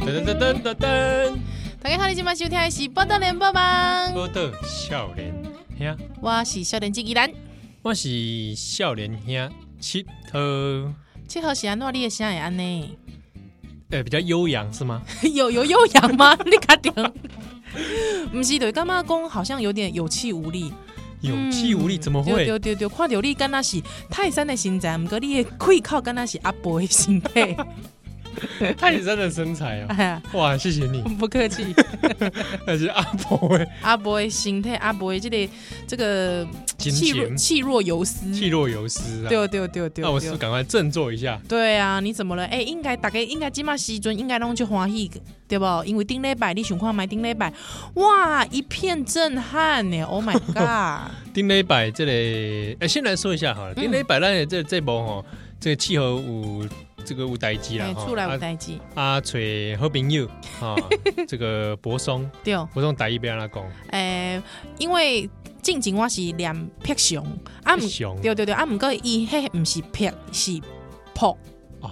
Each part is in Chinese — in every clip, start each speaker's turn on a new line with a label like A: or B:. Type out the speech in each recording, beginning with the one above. A: 噔噔噔，
B: 大家好，你今晚收听的是《报道联播网》，
A: 我的少年兄，
B: 我是少年机器人。
A: 我是少年兄七头，
B: 七号是安怎？你的声会安呢？
A: 呃，比较悠扬是吗？
B: 有有悠扬 吗？你卡点？不是对，干嘛讲好像有点有气无力？嗯
A: 有气无力，怎么
B: 对
A: 会？
B: 对对对，看到你敢若是泰山的身材，毋过你的气口敢若是阿伯的 身体。
A: 泰山的身材哦，
B: 哎呀，
A: 哇，谢谢你，
B: 不客 气，
A: 那是阿婆哎，
B: 阿伯的身体，阿伯的这个这个
A: 金
B: 气若
A: 钱
B: 气若游丝。
A: 气若游丝啊。
B: 对对对对，
A: 那我是不
B: 对
A: 是赶快振作一下。
B: 对啊，你怎么了？哎、应该大概应该即马时阵应该拢就欢喜的，对不？因为顶礼拜你想看买顶礼拜，哇，一片震撼呢！Oh my god！
A: 丁磊摆这里，哎，先来说一下好了。丁磊摆那这这波哦，这个气候有这个有代机啦
B: 哎，，
A: 吼
B: 出来
A: 啊
B: 有代志，
A: 啊，找好朋友啊，这个柏松，
B: 对，
A: 柏松打一边怎么
B: 诶、因为进前我是念撇熊，啊，
A: 讲，
B: 毋
A: 熊
B: 对对对，啊，毋过伊迄毋是撇，是扑
A: 哦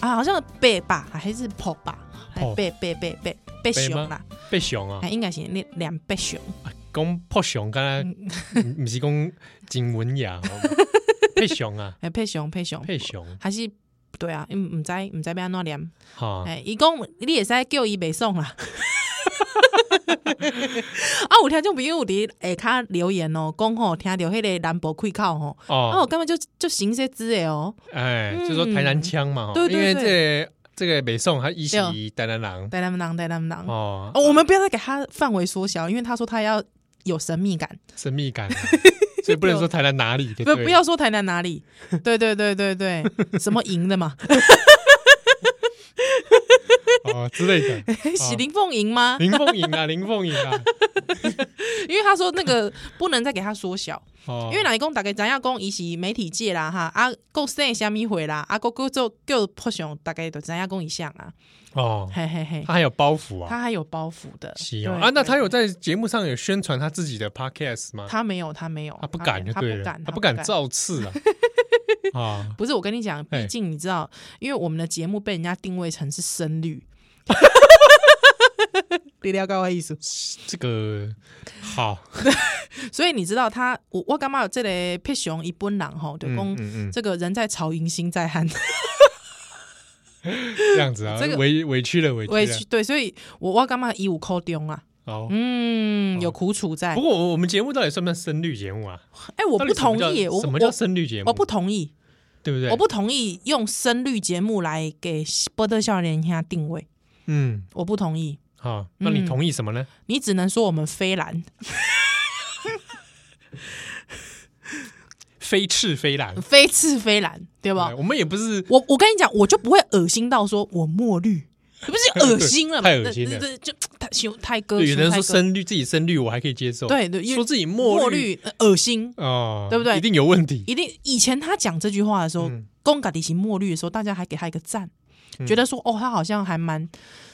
B: 啊，好像是白吧，还是扑吧，哎
A: 扑
B: 白白白白
A: 白
B: 白
A: 吗
B: 熊啦，
A: 被熊啊
B: 哎，，应该是念念白熊，
A: 讲破熊，刚
B: 嗯
A: 才 不是讲真文 雅，哦被熊啊，
B: 哎，白熊白熊
A: 被熊，
B: 还是对啊，毋毋知毋知要安怎念。
A: 哈，
B: 哎，伊讲你会使叫伊袂送啦。 啊，有听众朋友有伫下骹留言哦，讲吼听到迄个南博开口吼，啊，我
A: 哦，
B: 感觉就就形色之诶哦，
A: 哎，
B: 嗯
A: 就说台南腔嘛，哦
B: 对对
A: 因为
B: 对
A: 这个这个北宋他一是台南人
B: 带他们人，带他们人。哦，
A: 哦，
B: 我们不要再给他范围缩小，因为他说他要有神秘感，
A: 神秘 感啊，所以不能说台南哪里，对
B: 不
A: 对
B: 不要说台南 哪里，对对对对对，什么营的嘛，
A: 哦之类 的，
B: 喜林凤营吗？
A: 林凤营啊，林凤营啊，
B: 因为他说那个不能再给他缩小，
A: 哦，
B: 因为哪一讲大概知影讲伊是媒体界啦哈，啊，够生虾米回啦，啊，够够做够破想大概都知影讲一项啊，
A: 哦，
B: 嘿嘿嘿，
A: 他还有包袱啊，
B: 他还有包袱的，
A: 是
B: 对
A: 哦，啊，那
B: 对
A: 他有在节目上有宣传他自己的 podcast 吗？
B: 他没有，他没有，
A: 他不敢
B: 没
A: 就
B: 有他
A: 对
B: 不
A: 了
B: 敢，，
A: 他不敢造次 啊，啊，
B: 不是我跟你讲，
A: 嘿
B: 毕竟你知道，因为我们的节目被人家定位成是深绿。 你了解我意思，
A: 这个 好，
B: 所以你知道他，我我感觉有这个撇熊一本人吼，对
A: 嗯
B: 公、
A: 嗯嗯，
B: 这个人在曹营心在汉，
A: 这样子啊
B: 这，个
A: 委委屈了，委
B: 委
A: 屈
B: 屈
A: 了，
B: 对，所以我我感觉伊有苦中啊，
A: 好。
B: 嗯，有苦楚在
A: 哦不。过我我们节目到底算不算深绿节目啊？
B: 哎、我
A: 到
B: 不
A: 底什么
B: 同
A: 叫
B: 意耶，我
A: 什么
B: 我
A: 叫深绿节目？
B: 我不同意，
A: 对不对？
B: 我，不同意用声律节目来给波特少年下定位，
A: 嗯，
B: 我不同意。
A: 好，那
B: 嗯
A: 你同意什么呢？
B: 你只能说我们非蓝，
A: 非赤非蓝，
B: 非赤非蓝，对吧
A: 哎？我们也不是
B: 我我跟你讲，我就不会恶心到说我墨绿， 不是恶心了嘛？
A: 太恶心了
B: 这这这就太熊太哥，
A: 对有人
B: 熊太
A: 说
B: 哥
A: 深绿，自己深绿我还可以接受，
B: 对对因为
A: 说自己墨
B: 墨
A: 绿
B: 绿呃恶心，
A: 哦，
B: 对不对
A: 一定有问题。
B: 一定以前他讲这句话的时候
A: 嗯，
B: 公嘎底型墨绿的时候，大家还给他一个赞
A: 嗯，
B: 觉得说哦，他好像还蛮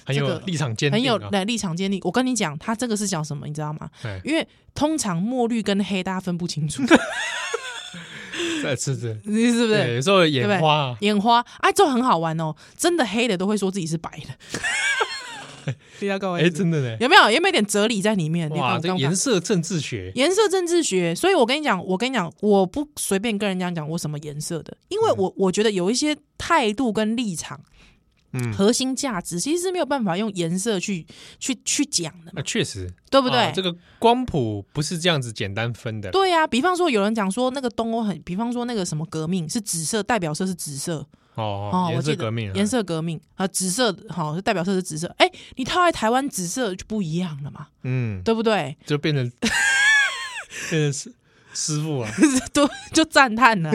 A: 很
B: 这
A: 有
B: 个
A: 立场坚
B: 很
A: 定
B: 有呃
A: 啊，
B: 来立场坚定。我跟你讲，他这个是讲什么，你知道吗
A: 哎？
B: 因为通常墨绿跟黑大家分不 清楚，
A: 哎是是，
B: 你是不
A: 对，
B: 是？
A: 有时候
B: 对
A: 眼
B: 不对
A: 花啊，
B: 眼花哎，这很好玩哦！真的黑的都会说自己是白的， 不要告
A: 哎，真的呢，
B: 有没有有没有点哲理在里面？你
A: 哇，
B: 看
A: 这
B: 我
A: 个
B: 刚
A: 颜色政治学，
B: 颜色政治学，所以我跟你讲，我跟你讲，我不随便跟人家讲我什么颜色的，因为我我觉得有一些态度跟立场、
A: 嗯，
B: 核心价值，其实是没有办法用颜色去去去讲的嘛，
A: 啊，确实，
B: 对不对？
A: 啊这个光谱不是这样子简单分的，
B: 对呀、啊比方说有人讲说那个东欧很，比方说那个什么革命是紫色，代表色是紫色
A: 哦
B: 哦，，我
A: 颜
B: 记
A: 色
B: 得
A: 革命啊，
B: 颜色革命啊、紫色好、代表色是紫色，哎，你套在台湾紫色就不一样了嘛，
A: 嗯，
B: 对不对？
A: 就变成变成师师傅 啊，
B: 都就赞叹 了，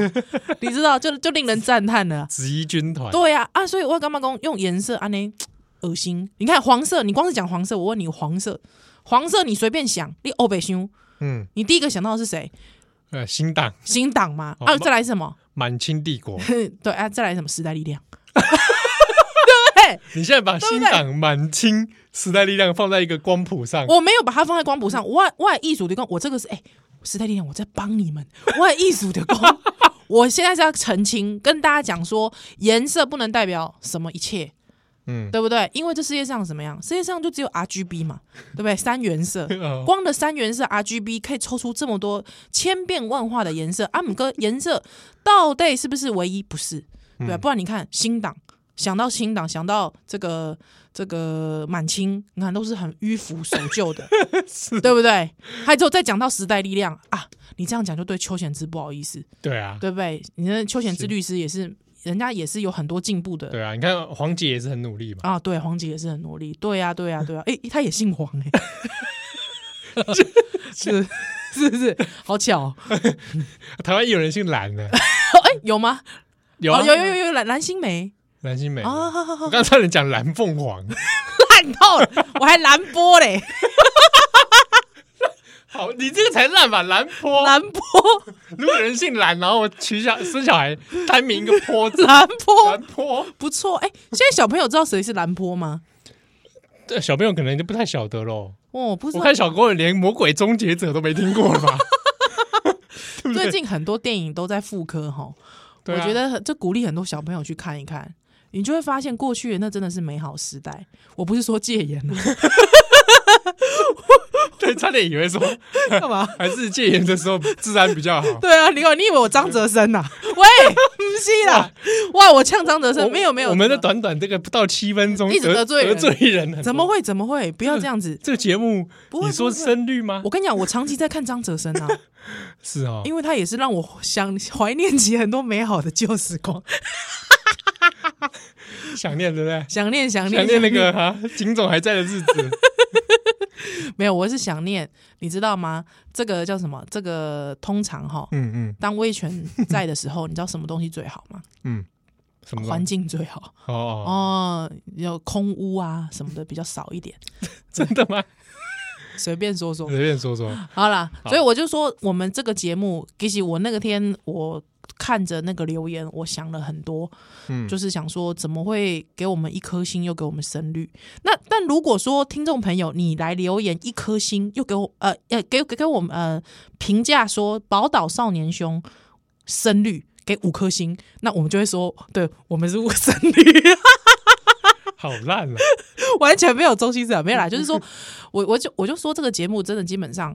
B: 你知道，就就令人赞叹了。
A: 紫衣军团，
B: 对呀、啊，所以我干嘛讲用颜色安呢？恶心！你看黄色，你光是讲黄色，我问你黄色，黄色你随便想，你欧北修，
A: 嗯，
B: 你第一个想到的是谁？
A: 呃，新党
B: 新党嘛？
A: 哦
B: 啊，
A: 满
B: 再来是什么？
A: 满清帝国，
B: 对啊，再来是什么？时代力量？
A: 你现在把
B: 不
A: 新
B: 对
A: 党、满清时代力量放在一个光谱上，
B: 我没有把它放在光谱上，我的我的艺术的光，我这个是哎、时代力量，我在帮你们， 我的艺术的 光。我现在是要澄清，跟大家讲说，颜色不能代表什么一切，
A: 嗯，
B: 对不对？因为这世界上怎么样？世界上就只有 RGB 嘛，对不对？三原色，
A: 哦
B: 光的三原色 RGB 可以抽出这么多千变万化的颜色。阿姆哥颜色到底是不是唯一？不是，对
A: 嗯
B: 吧？不然你看新党，想到新党，想到这个这个满清，你看都是很迂腐守 旧的，对不对？还有之后再讲到时代力量啊，你这样讲就对邱显之不好意思，
A: 对啊，
B: 对不对？你的邱显之
A: 是
B: 律师也是，人家也是有很多进步的，
A: 对啊，你看黄姐也是很努力嘛，
B: 啊，对，黄姐也是很努力。对呀、对呀、啊对呀、诶，他也姓黄 哎、是是不是？好巧哦、
A: 台湾也有人姓蓝 的，
B: 哎、有吗？
A: 有
B: 哦
A: 啊
B: 有有有有蓝蓝心湄
A: 蓝心湄
B: 啊，
A: 我
B: 好好好，
A: 刚才差点讲蓝凤 凰，
B: 烂透了，我还蓝波嘞，
A: 好，你这个才烂吧，蓝坡。
B: 蓝波
A: 如果有人姓蓝，然后我取小生小孩单名一个坡字，
B: 蓝波
A: 蓝坡，
B: 不错。哎、现在小朋友知道谁是蓝波吗？
A: 对小朋友可能就不太晓得喽。
B: 哦，不知
A: 我
B: 道
A: 看。小朋友连《魔鬼终结者》都没听过了 吧？对不对
B: 最近很多电影都在复刻哈，
A: 对啊
B: 我觉得这鼓励很多小朋友去看一看，你就会发现过去的那真的是美好时代。我不是说戒严 啊，
A: 对，差点以为说
B: 干嘛？
A: 还是戒严的时候治安比较好。
B: 对啊，你以为你以为我张哲生呐、喂，不是啦，哇，我呛张哲
A: 我
B: 生，啊没有没有，
A: 我们的短短这个不到七分钟
B: 一直得罪人
A: 得罪人很多，
B: 怎么会怎么会？不要这样子，
A: 这个节目
B: 不？会
A: 你说
B: 不会
A: 声律吗
B: 我？跟你讲，我长期在看张哲生啊，
A: 是哦，
B: 因为他也是让我想怀念起很多美好的旧时光，
A: 想念对不对？
B: 想念想念
A: 想念那个哈警总还在的日 子，
B: 没有，我是想念，你知道吗？这个叫什么？这个通常哈，
A: 嗯嗯
B: 当威权在的时候，你知道什么东西最好吗？
A: 嗯，什么
B: 环境最好
A: 哦哦，
B: 哦，有空屋啊什么的比较少一点，
A: 真的吗？
B: 随便说说。
A: 随便说说，
B: 好啦，
A: 好
B: 所以我就说，我们这个节目，其实我那个天我看着那个留言，我想了很多，
A: 嗯，
B: 就是想说，怎么会给我们一颗星，又给我们深绿？那但如果说听众朋友你来留言一颗星，又给我呃呃给给给我们呃评价说宝岛少年兄深绿给五颗星，那我们就会说，对我们是深绿。
A: 好烂啊了，
B: 完全没有周星驰啊，没 有啦，就是说，我我就我就说这个节目真的基本上，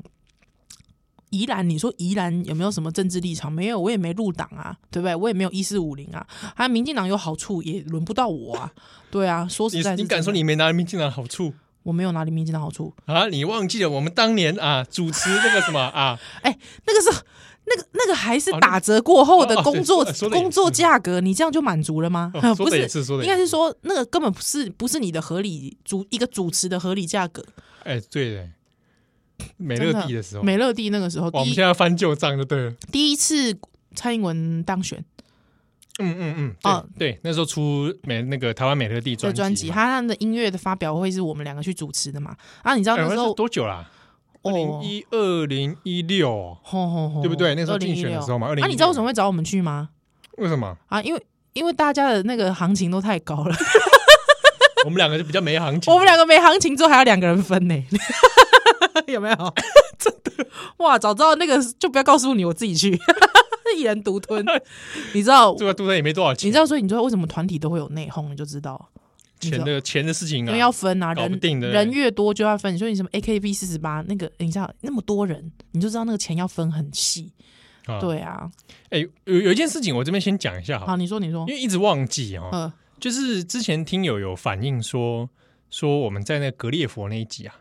B: 宜兰你说宜兰有没有什么政治立场？没有，我也没入党啊，对不对？我也没有一四五零啊，还有民进党有好处也轮不到我啊，对啊，说
A: 你
B: 实在是
A: 你敢说
B: 真的
A: 你没拿民进党的好处
B: 我没有拿你民进党好处？
A: 啊？你忘记了我们当年啊主持那个什么 啊？
B: 那个是那个那个还是
A: 哦那
B: 打折过后的
A: 哦哦
B: 工作、
A: 对说说得也是
B: 工作价格，你这样就满足了 吗？
A: 哦说
B: 不
A: 的也
B: 是。
A: 是说的
B: 应
A: 也
B: 该
A: 是，
B: 是说，那个根本不是不是你的合理主一个主持的合理价格。
A: 哎，对的，美
B: 真
A: 乐蒂的时候，
B: 美乐蒂那个时候，
A: 哇我
B: 第
A: 们
B: 一
A: 现在要翻旧账就对了。
B: 第一次蔡英文当选
A: 嗯嗯
B: 哦
A: 嗯，对对，那时候出美那个台湾美乐蒂
B: 的
A: 专
B: 专
A: 辑
B: 辑，
A: 嘛，
B: 他他的音乐的发表会是我们两个去主持的嘛？啊，你知道
A: 哎
B: 那时
A: 那
B: 候
A: 是多久啦？二零
B: 哦，
A: 一二零一六，
B: 吼吼吼
A: 对不对？那时候竞选的时候嘛，二零
B: 啊，你知道为什
A: 么？
B: 么会找我们去吗？
A: 为什么
B: 啊，因为因为大家的那个行情都太 高了，
A: 我们两个就比较没行情？
B: 我们两个没行情之后还要两个人分呢， 有 没有？真的哇！早知道那个就不要告诉你，我自己去， 一人独吞。你知道，
A: 这个杜生也没多少钱，
B: 你知道，所以你知道为什么团体都会有内讧，你就知道。你知
A: 钱
B: 道
A: 的钱的事情
B: 因
A: 啊，
B: 为要分啊，
A: 搞不
B: 人
A: 定的
B: 人越多就要分。你说你什么 AKB 四十八那个，你知道那么多人，你就知道那个钱要分很细。
A: 啊。
B: 对啊，
A: 哎，有有一件事情我这边先讲一下哈
B: 好，，你说你说
A: 因，为一直忘记哦哈，
B: 呃，
A: 就是之前听友有反映说，说我们在那个格列佛那一集啊，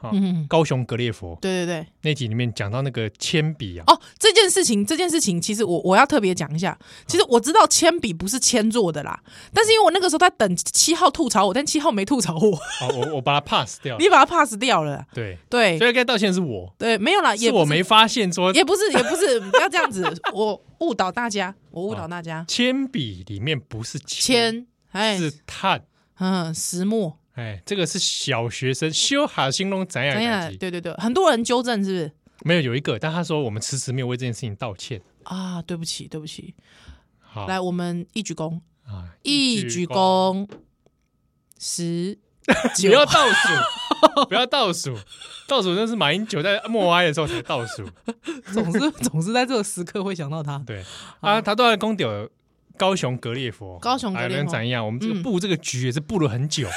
A: 啊，
B: 嗯，
A: 高雄格列佛
B: 对对对，
A: 那集里面讲到那个铅笔 啊，
B: 哦，这件事情，这件事情，其实我我要特别讲一下。其实我知道铅笔不是铅做的啦，但是因为我那个时候在等七号吐槽我，但七号没吐槽我，
A: 哦，我我把它 pass 掉了，
B: 你把它 pass 掉了啦。
A: 对，
B: 对
A: 所以该道歉是我，
B: 对，没有啦，
A: 是
B: 也不
A: 我没发现说
B: 也不是也不是，不要这样子，我误导大家，我误导大家。
A: 铅笔里面不是铅，
B: 铅，哎，
A: 是碳。
B: 嗯，石墨，
A: 哎，这个是小学生修好形容怎样
B: 哎
A: 的
B: 呀
A: 感，激
B: 对对对，很多人纠正是不是？
A: 没有有一个，但他说我们迟迟没有为这件事情道歉。
B: 啊，对不起，对不起，
A: 好，
B: 来，我们一鞠躬，
A: 啊，
B: 一鞠，躬，十
A: 不
B: 九
A: 要倒数，不要倒数，倒数那是马英九在默哀的时候才倒数。
B: 总是总是在这个时刻会想到他。
A: 对啊，他都在公屌高雄格列佛，
B: 高雄格列佛
A: 哎能怎样？我们这个
B: 嗯
A: 布这个局也是布了很 久，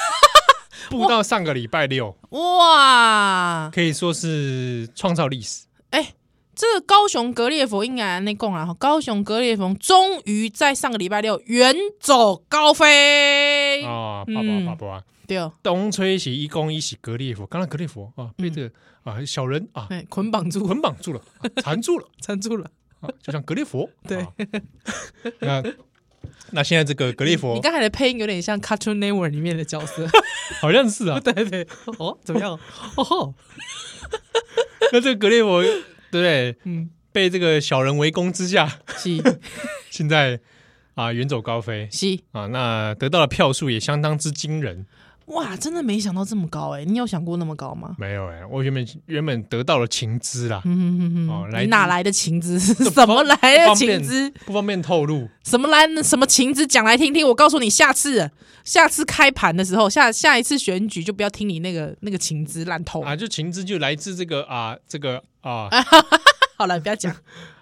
A: 布到上个礼拜六，
B: 哇，
A: 可以说是创造历史。
B: 哎、这个高雄格列佛应该那共啊，高雄格列佛终于在上个礼拜六远走高飞，
A: 啊，
B: 嗯
A: 爸爸爸爸，
B: 对，哦
A: 东吹西一攻一洗格列佛，刚刚格列佛
B: 嗯
A: 啊，被这个啊小人啊
B: 哎、捆绑住，
A: 捆绑住了， 啊缠住了，
B: 缠住了。
A: 啊就像格列佛。
B: 对
A: 啊， 那那现在这个格列
B: 你
A: 佛
B: 刚才的配音有点像 Cartoon Network 里面的角 色，
A: 好像是 啊，
B: 对对，哦，怎么样？哦吼，
A: 那这个格列佛对不对？
B: 嗯，
A: 被这个小人围攻之下，
B: 是
A: 现在啊远走高飞
B: 是，
A: 啊，那得到的票数也相当之惊人。
B: 哇，真的没想到这么高哎、你有想过那么高吗？
A: 没有哎、我原本原本得到了情资啦，
B: 嗯嗯嗯
A: 哦
B: 嗯，
A: 来
B: 你哪来的情资？
A: 不
B: 什么来的
A: 方
B: 情
A: 便
B: 资？
A: 不方便透露。
B: 什么来什么情资？讲来听听。我告诉你，下次下次开盘的时候，下下一次选举就不要听你那个那个情资烂透。
A: 啊，就情资就来自这个啊，这个啊
B: 好了，不要讲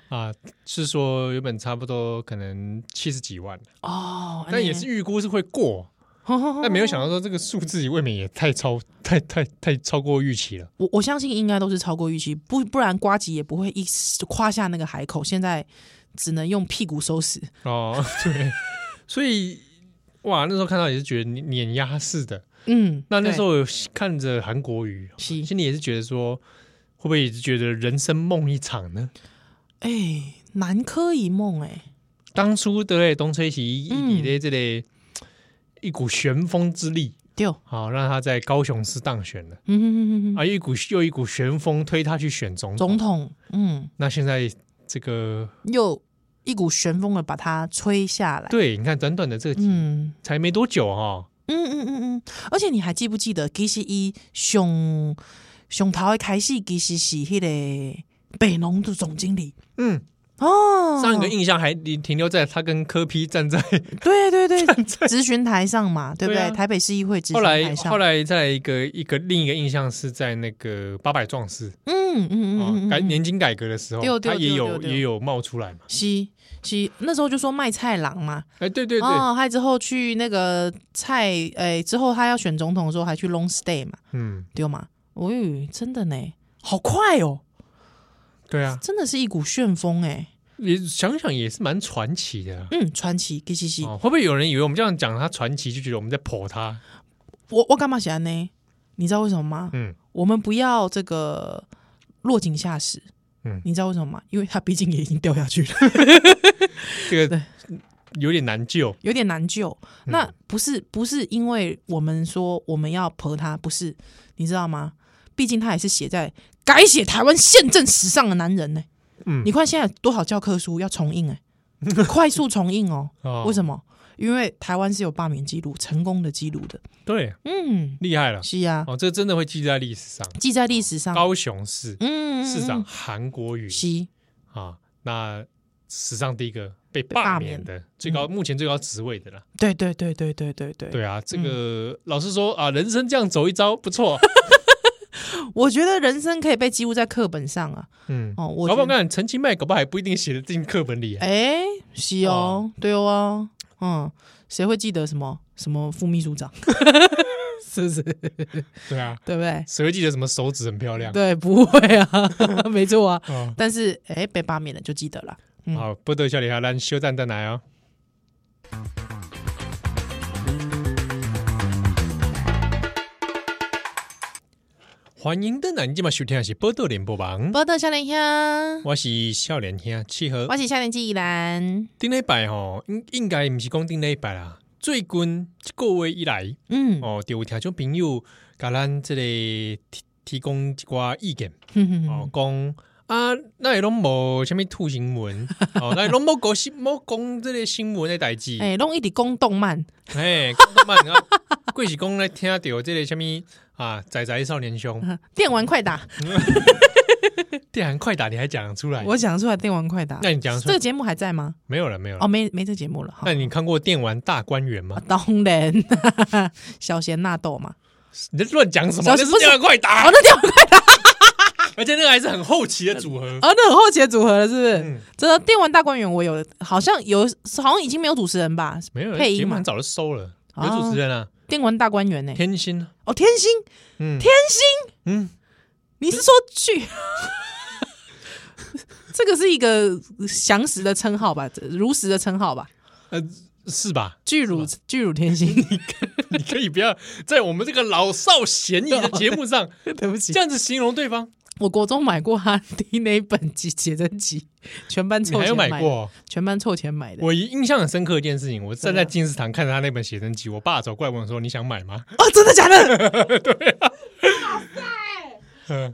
A: 啊，是说原本差不多可能七十几万，
B: 哦。
A: 但也是预估是会过，
B: 那
A: 但没有想到说这个数字也未免也太超太太太超过预期了。
B: 我我相信应该都是超过预期，不不然瓜吉也不会一夸下那个海口，现在只能用屁股收拾。
A: 哦，对，所以哇，那时候看到也是觉得碾碾压式的。
B: 嗯，
A: 那那时候看着韩国瑜，
B: 是
A: 心里也是觉得说，会不会也是觉得人生梦一场呢？
B: 对哎，南柯一梦哎，
A: 当初对不对东吹西
B: 嗯
A: 以的这类一股旋风之力，
B: 对，
A: 好让他在高雄市当选了，
B: 嗯，
A: 啊，一股又一股旋风推他去选总
B: 总
A: 统。
B: 统，嗯，
A: 那现在这个
B: 又一股旋风的把它吹下来。
A: 对，你看短短的这个
B: 嗯，
A: 才没多久哦，
B: 嗯嗯嗯嗯，而且你还记不记得，其实伊上上头的开始其实是迄个北农的总经理
A: 嗯，
B: 哦，
A: 上一个印象还停留在他跟柯批站在，
B: 对对 对，
A: 在
B: 咨询台上嘛，对不对？
A: 对啊
B: 台北市议会咨
A: 后
B: 询
A: 来
B: 台
A: 后
B: 上，
A: 来在一个一个另一个印象是在那个八百壮士
B: 嗯嗯嗯
A: 啊
B: 嗯嗯，
A: 改
B: 嗯
A: 年金改革的时
B: 对
A: 候，
B: 对
A: 他也
B: 对
A: 有
B: 对对
A: 也有冒出来嘛，
B: 是是，那时候就说卖菜郎嘛，
A: 哎，对对对，
B: 哦，还之后去那个菜，诶，之后他要选总统的时候还去 long stay 嘛，
A: 嗯，
B: 对嘛？哦呦，真的呢，好快哦，
A: 对啊，
B: 真的是一股旋风哎、
A: 也想想也是蛮传奇的啊。
B: 嗯，传奇，其实是。
A: 哦，会不会有人以为我们这样讲他传奇，就觉得我们在剖他？
B: 我我干嘛喜欢呢？你知道为什么吗？
A: 嗯，
B: 我们不要这个落井下石。
A: 嗯
B: 你知道为什么吗？因为他毕竟也已经掉下去 了，
A: 这个
B: 对
A: 有点难救。
B: 有点难救。那不是不是因为我们说我们要陪他，不是，你知道吗？毕竟他也是写在改写台湾宪政史上的男人呢、
A: 嗯
B: 你看现在有多少教科书要重印 哎、快速重印哦。
A: 哦
B: 为什么？因为台湾是有罢免记录、成功的记录的。
A: 对，
B: 嗯，
A: 厉害了
B: 是啊，
A: 哦，这真的会记在历史上。
B: 记在历史上。
A: 高雄市
B: 嗯，嗯
A: 市长
B: 嗯
A: 韩国瑜
B: 是
A: 啊，那史上第一个被罢免的最高，目前最高职位的啦。
B: 对对对对对对嗯对，嗯
A: 对啊，这个老实说啊，人生这样走一遭不错。
B: 我觉得人生可以被记录在课本上啊。
A: 嗯，
B: 哦，我
A: 搞不
B: 觉
A: 好
B: 得
A: 看陈其迈，搞不好还不一定写得进课本里啊。
B: 哎，是哦，对哦啊，嗯，谁会记得什么什么副秘书 长？是不是？
A: 对啊，
B: 对不对？
A: 谁会记得什么手指很漂亮？
B: 对，不会啊， 没错啊。
A: 啊。
B: 但是哎，被罢免了就记得了。嗯
A: 好，波多小李哈，咱小站再来哦。欢迎登来，你今晚收听的是波多联播网，
B: 波特夏莲香，
A: 我是少年兄七号
B: 我。是夏莲季依兰。
A: 顶礼拜吼，应应该不是讲顶礼拜啦，最近一个月以来
B: 嗯，
A: 哦，就有听众朋友甲咱这个提提供一寡意见
B: 哼哼
A: 哦
B: 哼，
A: 讲。啊，那也拢无虾米吐新闻， 哦，那也拢无讲新，无讲这个新闻的代志。
B: 哎，弄一点公动漫，
A: 哎，讲到慢啊， 贵是讲咧听到这个什么啊，仔仔少年兄，
B: 电玩快打，
A: 电玩快打你还讲得出来？
B: 我讲出来电玩快打。
A: 哎那你讲出
B: 这
A: 来嗯
B: 个节目还在吗？
A: 没有了，没有了
B: 哦，。没没这节目了。好
A: 那你看过电玩大观园吗？
B: 当然，小贤纳豆嘛，
A: 你在乱讲什么？
B: 小
A: 那
B: 心哦
A: 是电玩快打
B: 哦，，那电玩快
A: 而且那个还是很后期的组合，
B: 啊，那很后期的组合了，是不是？
A: 嗯
B: 真的，电玩大观园我有，好像有，好像已经没有主持人吧？
A: 没有
B: 配音
A: 节目
B: 嘛
A: 很早就收了，有
B: 哦
A: 主持人啊，
B: 电玩大观园呢、
A: 天心啊，
B: 哦，天星，
A: 嗯，
B: 天星，
A: 嗯，
B: 你是说剧？ 这个是一个详实的称号吧，如实的称号吧。
A: 是吧？
B: 巨乳巨乳天 星，
A: 你可以不要在我们这个老少咸宜的节目 上
B: 对不起
A: 这，样子形容对方，
B: 我国中买过他第 那一本集写真集，全班
A: 你
B: 凑
A: 还有
B: 钱
A: 买
B: 的
A: 过哦？
B: 全班凑钱买的。
A: 我印象很深刻一件事情，我站
B: 对啊
A: 在金石堂看着他那本写真集，我爸走过来问我说：“你想买吗
B: 哦，真的假的？ 对
A: 嗯
B: 啊，哇塞，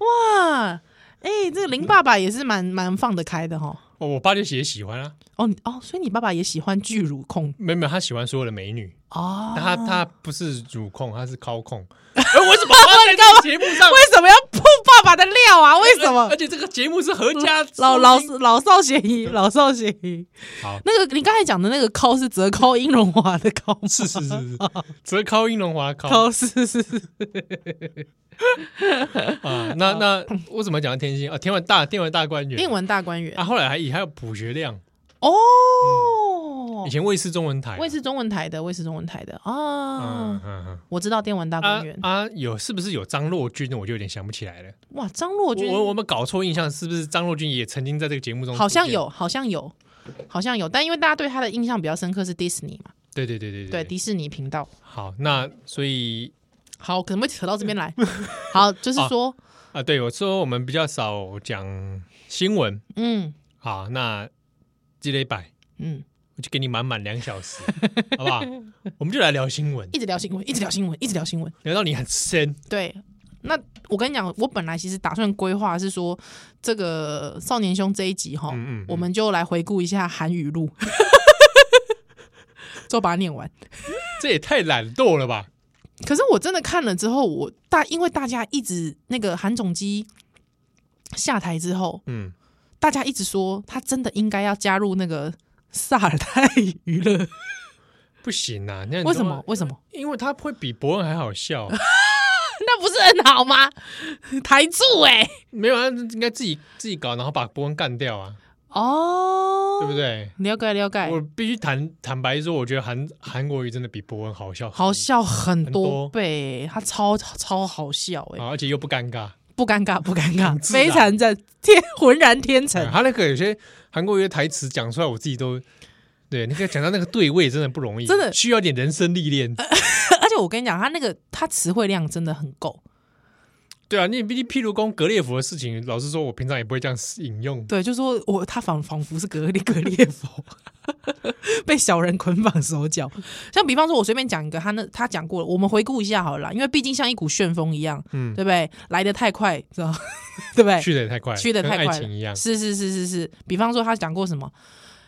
B: 哇，哎、这个林爸爸也是蛮蛮放得开的哈。？”
A: 哦，我爸就写喜欢啊，
B: 哦，你哦，所以你爸爸也喜欢巨乳控
A: 没有没有，他喜欢所有的美女，
B: 哦
A: 但？他他不是乳控，他是靠 控。哎，为什么我要在这个节目上？
B: 为什么要碰爸爸的料啊？为什么
A: 而？且这个节目是合家
B: 老老
A: 收听
B: 老少咸宜，老少咸宜。
A: 好
B: 那个你刚才讲的那个抠是折扣英荣华的抠吗？
A: 是是是是，折 靠英龙华靠
B: 抠是是是，
A: 啊。那那我怎么讲天心啊？天文大天文大观园
B: 电玩大观园
A: 啊，后来还还有卜学亮，
B: 哦
A: 以，前卫视中文台啊，
B: 卫视哦中文台的，卫视中文台的
A: 嗯
B: 啊，
A: 嗯嗯
B: 我知道电玩大
A: 啊
B: 观园。
A: 啊，有是不是有张若昀的？我就有点想不起来了。
B: 哇，张若昀
A: 我我我们搞错印象，是不是张若昀也曾经在这个节目中
B: 好像
A: 出现？
B: 有，好像有，好像有，但因为大家对他的印象比较深刻是迪士尼嘛，
A: 对对对对
B: 对迪士尼频道。
A: 好，那所以
B: 好，可能会扯到这边 来。好，就是说，
A: 啊，对我说我们比较少讲新闻。
B: 嗯
A: 好，那积累百，
B: 嗯，
A: 我就给你满满两小 时，好不好？我们就来聊新闻，
B: 一直聊新闻，一直聊新闻，一直聊新闻。
A: 聊到你很深。
B: 对，那我跟你讲，我本来其实打算规划是说，这个少年兄这一集哈，
A: 嗯嗯嗯
B: 我们就来回顾一下韩语录， 就把它念完。
A: 这也太懒惰了吧？
B: 可是我真的看了之后，我大因为大家一直那个韩总机下台之后，
A: 嗯，
B: 大家一直说他真的应该要加入那个萨尔泰娱乐，
A: 不行啊！那你
B: 为
A: 知道
B: 什
A: 吗
B: 么？？为什么？
A: 因为他会比伯恩还好笑。
B: 那不是很好吗？ 台柱哎、
A: 没有啊，应该自己自己搞，然后把伯恩干掉啊，
B: 哦，
A: 对不对？
B: 了解了解，
A: 我必须坦坦白说，我觉得韩韩国语真的比伯恩好笑，
B: 好笑很
A: 很
B: 多
A: 多
B: 倍、他超超好笑哎、
A: 啊，而且又不尴尬。
B: 不 尴尬不尴尬，
A: 自然
B: 非常的天浑然天成
A: 哎。他那个有些韩国语的台词讲出来，我自己都对那个讲到那个对位真的不容易，
B: 真的呃
A: 需要一点人生历练。
B: 而且我跟你讲，他那个他词汇量真的很够，
A: 对啊，你毕竟譬如攻格列佛的事情，老实说，我平常也不会这样引用。
B: 对，就说我他仿仿佛是格列格列佛， 被小人捆绑手脚。像比方说，我随便讲一个，他那他讲过了，我们回顾一下好了啦，因为毕竟像一股旋风一样，
A: 嗯
B: 对，不对？来得太快，知道 对不对？
A: 去的也太快，
B: 去得太快
A: 跟
B: 了
A: 爱情一样。
B: 是是是是是。比方说，他讲过什么？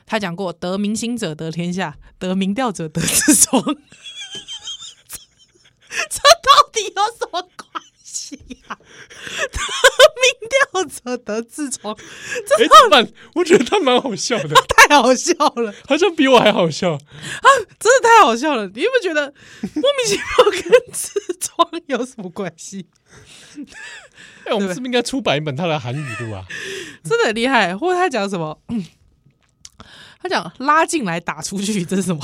B: 他讲过“得民心者得天下，得民调者得志 忠”，这到底有什么关系啊？得民调者得志忠，
A: 哎，怎么办？我觉得他蛮好笑 的，
B: 太好笑了。
A: 好像比我还好笑。
B: 真的太好笑了！你有没有觉得莫名其妙跟痔疮有什么关系？
A: 哎，我们是不是应该出版一本他的韩语录啊？
B: 真的很厉害。或者他讲什么？嗯他讲拉进来打出去，这是什么？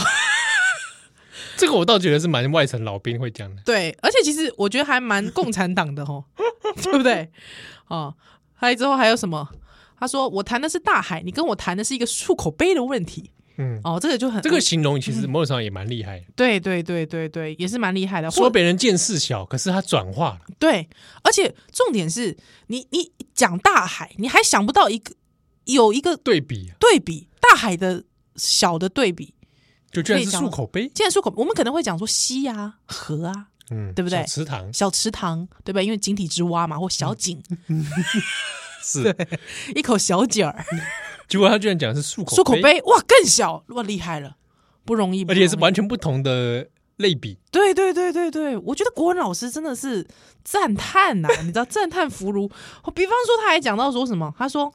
A: 这个我倒觉得是蛮外省老兵会讲的。
B: 对，而且其实我觉得还蛮共产党的哦， 对不对？哦，还有之后还有什么？他说我谈的是大海，你跟我谈的是一个漱口杯的问题。
A: 嗯，
B: 哦，这个就很
A: 这个形容
B: 嗯
A: 其实某种上也蛮厉害的，
B: 对对对对对，也是蛮厉害的。
A: 说
B: 啊或
A: 别人见识小，可是他转化了。
B: 对，而且重点是你你讲大海，你还想不到一个有一个
A: 对比啊
B: 对比大海的小的对比，
A: 就居然是
B: 可以讲
A: 漱口杯，
B: 既然漱口，我们可能会讲说溪啊、河啊、
A: 嗯，
B: 对不对
A: 小池塘
B: 小池塘，对吧？因为井底之蛙嘛，或小井，
A: 嗯是，
B: 一口小井儿，
A: 结果他居然讲的是漱口
B: 漱口，杯，哇，更小，哇，厉害了，不容易，
A: 而且是
B: 不容易
A: 完全不同的类比。
B: 对对对对对，我觉得国文老师真的是赞叹呐、你知道赞叹福如，比方说他还讲到说什么，他说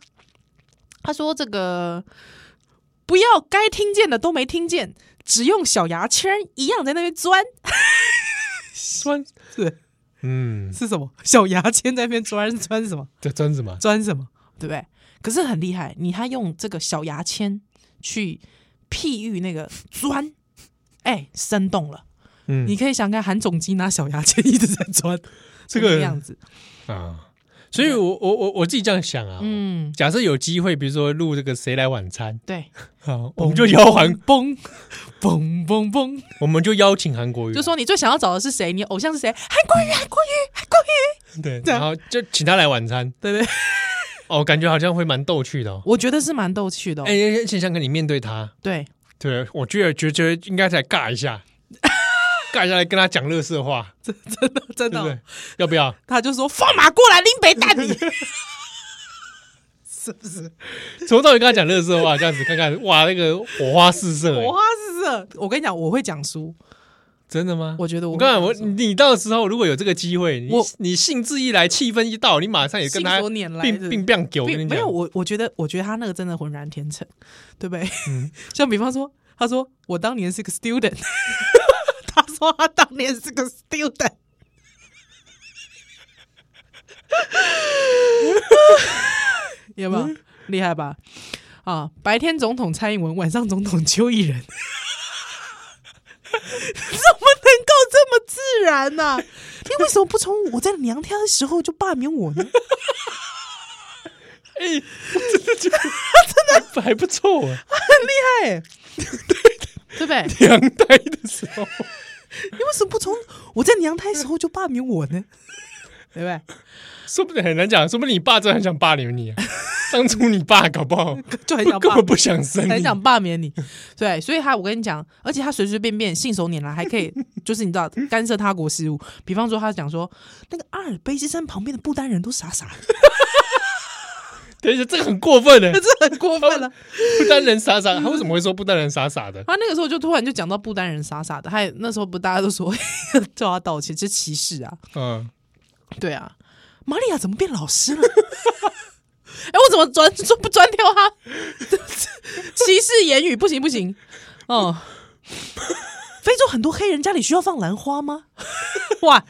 B: 他说这个不要该听见的都没听见，只用小牙签儿一样在那边钻，
A: 酸，
B: 是，
A: 嗯，
B: 是什么？小牙签在那边钻钻什么？
A: 这真是吗？
B: 钻什么？对不对？可是很厉害，你还用这个小牙签去譬喻那个钻，哎，生动了。
A: 嗯
B: 你可以想看韩总机拿小牙签一直在钻，
A: 这个
B: 样子，
A: 啊，所以我我我我自己这样想啊，
B: 嗯，
A: 假设有机会，比如说录这个谁来晚餐
B: 对，
A: 啊，我们就邀韩，
B: 嘣嘣嘣嘣，
A: 我们就邀请韩国瑜，
B: 就说你最想要找的是谁？你偶像是谁？韩国瑜，韩国瑜，韩国瑜，
A: 对，
B: 对啊
A: 然后就请他来晚餐，
B: 对不对？
A: 哦，感觉好像会蛮逗趣的哦。
B: 我觉得是蛮逗趣的哦、
A: 哎，而且像跟你面对他，
B: 对，
A: 对我觉得觉得应该再尬一 下，尬一下来跟他讲乐色话，
B: 真
A: 对
B: 的
A: 不
B: 哦、
A: 对？要不要？
B: 他就说放马过来，林北蛋你，是不是？
A: 从头到尾跟他讲乐色话，这样子看看，哇，那个火花四射，哎
B: 我花是这，我跟你讲，我会讲书，
A: 真的吗？
B: 我觉得
A: 我
B: 我
A: 刚才我你到时候如果有这个机会，你
B: 我
A: 你兴致一来，气氛一到，你马上也跟他
B: 信手拈来是不
A: 并
B: 是
A: 并并给我跟
B: 并
A: 你
B: 没
A: 讲
B: 有，我，我觉得，我觉得他那个真的浑然天成，对不对？
A: 嗯
B: 像比方说，他说我当年是个 student，他说他当年是个 student，有没有 厉害吧？啊，白天总统蔡英文，晚上总统邱毅 人，怎么能够这么自然呢、你为什么不从我在娘胎的时候就罢免我呢？
A: 哎， 真的真的还不错啊，
B: 对，对不对？
A: 两代的时候，
B: 你为什么不从我在娘胎时候就罢免我呢？对不
A: 说不定很难讲，说不定你爸真的很想霸凌你啊，当初你爸搞不好
B: 对？就很
A: 不
B: 想
A: 根
B: 罢
A: 本，不想生
B: 很
A: 你，
B: 想罢免你。对，所以他我跟你讲，而且他随随便便信手拈来，还可以就是你知道干涉他国事务。比方说，他讲说那个阿尔卑斯山旁边的不丹人都傻傻的，
A: 对，这个很过分欸的。
B: 这很过分了。
A: 不丹人傻 傻，他为什么会说不丹人傻傻的？
B: 他那个时候就突然就讲到不丹人傻傻的，还有那时候不大家都说 叫他道歉，这歧视啊。
A: 嗯，
B: 对啊，玛利亚怎么变老师 了？哎、我怎么专专不专挑他？ 歧视言语不行不行哦。非洲很多黑人家里需要放兰花吗？ 哇，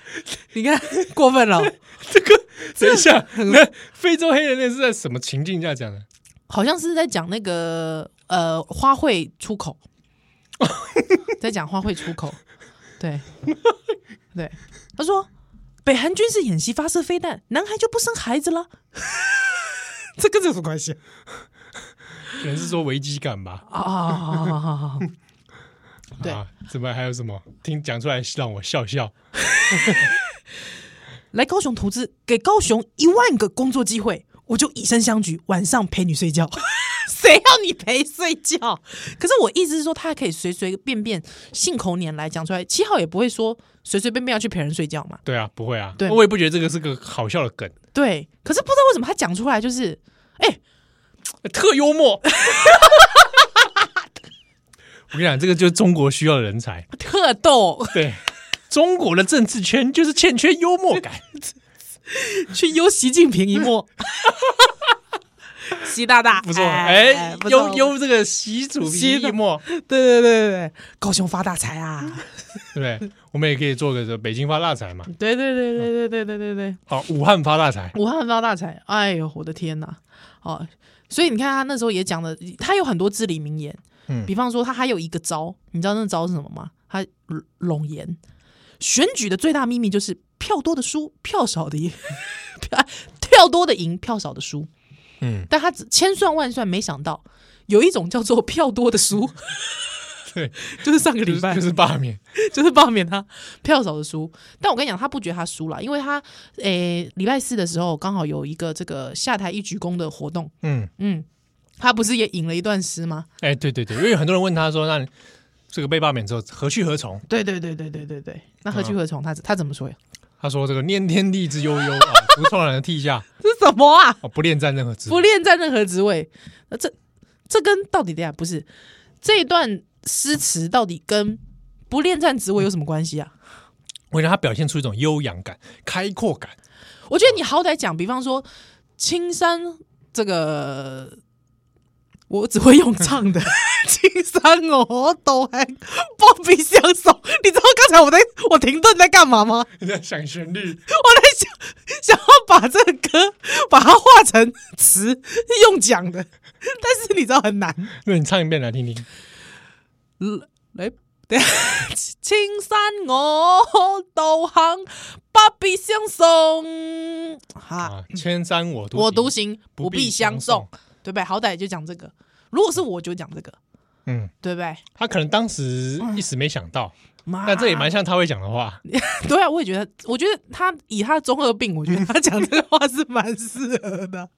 B: 你看过分了，
A: 这个等一下，
B: 嗯
A: 那非洲黑人那是在什么情境下讲的？
B: 好像是在讲那个呃花卉出口，在讲花卉出口。对对，他说北韩军事演习发射飞弹，男孩就不生孩子了。这跟这有什么关系？
A: 可能是说危机感吧。
B: 哦啊，对
A: 啊，怎么还有什么？听讲出来让我笑笑。
B: 来高雄投资，给高雄一万个工作机会，我就以身相许，晚上陪你睡觉。 谁要你陪睡觉？可是我意思是说，他还可以随随便便信口拈来讲出来，七号也不会说随随便便要去陪人睡觉嘛。
A: 对啊，不会啊，
B: 对
A: 我也不觉得这个是个好笑的梗，
B: 对，可是不知道为什么他讲出来就是，哎、
A: 特幽默。 我跟你讲，这个就是中国需要的人才。
B: 特逗，
A: 对，中国的政治圈就是欠缺幽默 感。
B: 去悠习近平一默。 习大大
A: 不错，
B: 哎
A: 哎，
B: 不错
A: 幽幽这个习主席
B: 习的
A: 一默，
B: 对对对对对，高雄发大财啊！
A: 对不对？我们也可以做个这北京发大财嘛，
B: 对对对对对对对对对。
A: 好，武汉发大财。
B: 武汉发大财，哎呦，我的天呐！哦，所以你看他那时候也讲了，他有很多至理名言，
A: 嗯
B: 比方说他还有一个招，你知道那招是什么吗？他呃拢言，选举的最大秘密就是票多的输，票少的赢， 票票多的赢，票少的输。
A: 嗯，
B: 但他只千算万算，没想到有一种叫做票多的输，
A: 对，
B: 就是上个
A: 就
B: 礼
A: 是
B: 拜
A: 就是罢免。
B: 就是罢免他票少的输。但我跟你讲，他不觉得他输了，因为他诶礼拜四的时候刚好有一个这个下台一鞠躬的活动，
A: 嗯，
B: 嗯，他不是也引了一段诗吗？
A: 哎，对对对，因为很多人问他说，那你这个被罢免之后何去何从？
B: 对对对对对对对，那何去何从？他他怎么说呀？
A: 他说：“这个念天地之悠 悠啊，不创然的涕下
B: 这什么啊？
A: 啊，不恋战任何之
B: 不恋战任何职位，那这这跟到底等下不是这一段诗词到底跟不恋战职位有什么关系啊？
A: 我觉得他表现出一种悠扬感、开阔感。
B: 我觉得你好歹讲，比方说青山这个我只会用唱 的。青山我都还抱臂相送。你知道刚才我在我停顿在干嘛吗？
A: 你在想旋律，
B: 我在想想要把这个歌把它化成词用讲的，但是你知道很难。
A: 那你唱一遍来听听。
B: 来，哎等一下， 青山我道行，不必相送。哈，
A: 啊，千山我独
B: 我独
A: 独，
B: 行，不
A: 不
B: 必
A: 必
B: 相
A: 相
B: 送
A: 送，
B: 对不对？好歹就讲这个。如果是我就讲这个，
A: 嗯，
B: 对不对？
A: 他可能当时一时没想到，
B: 妈
A: 但这也蛮像他会讲的话。
B: 对啊，我也觉得，我觉得他以他的中二病，我觉得他讲这个话是蛮适合的。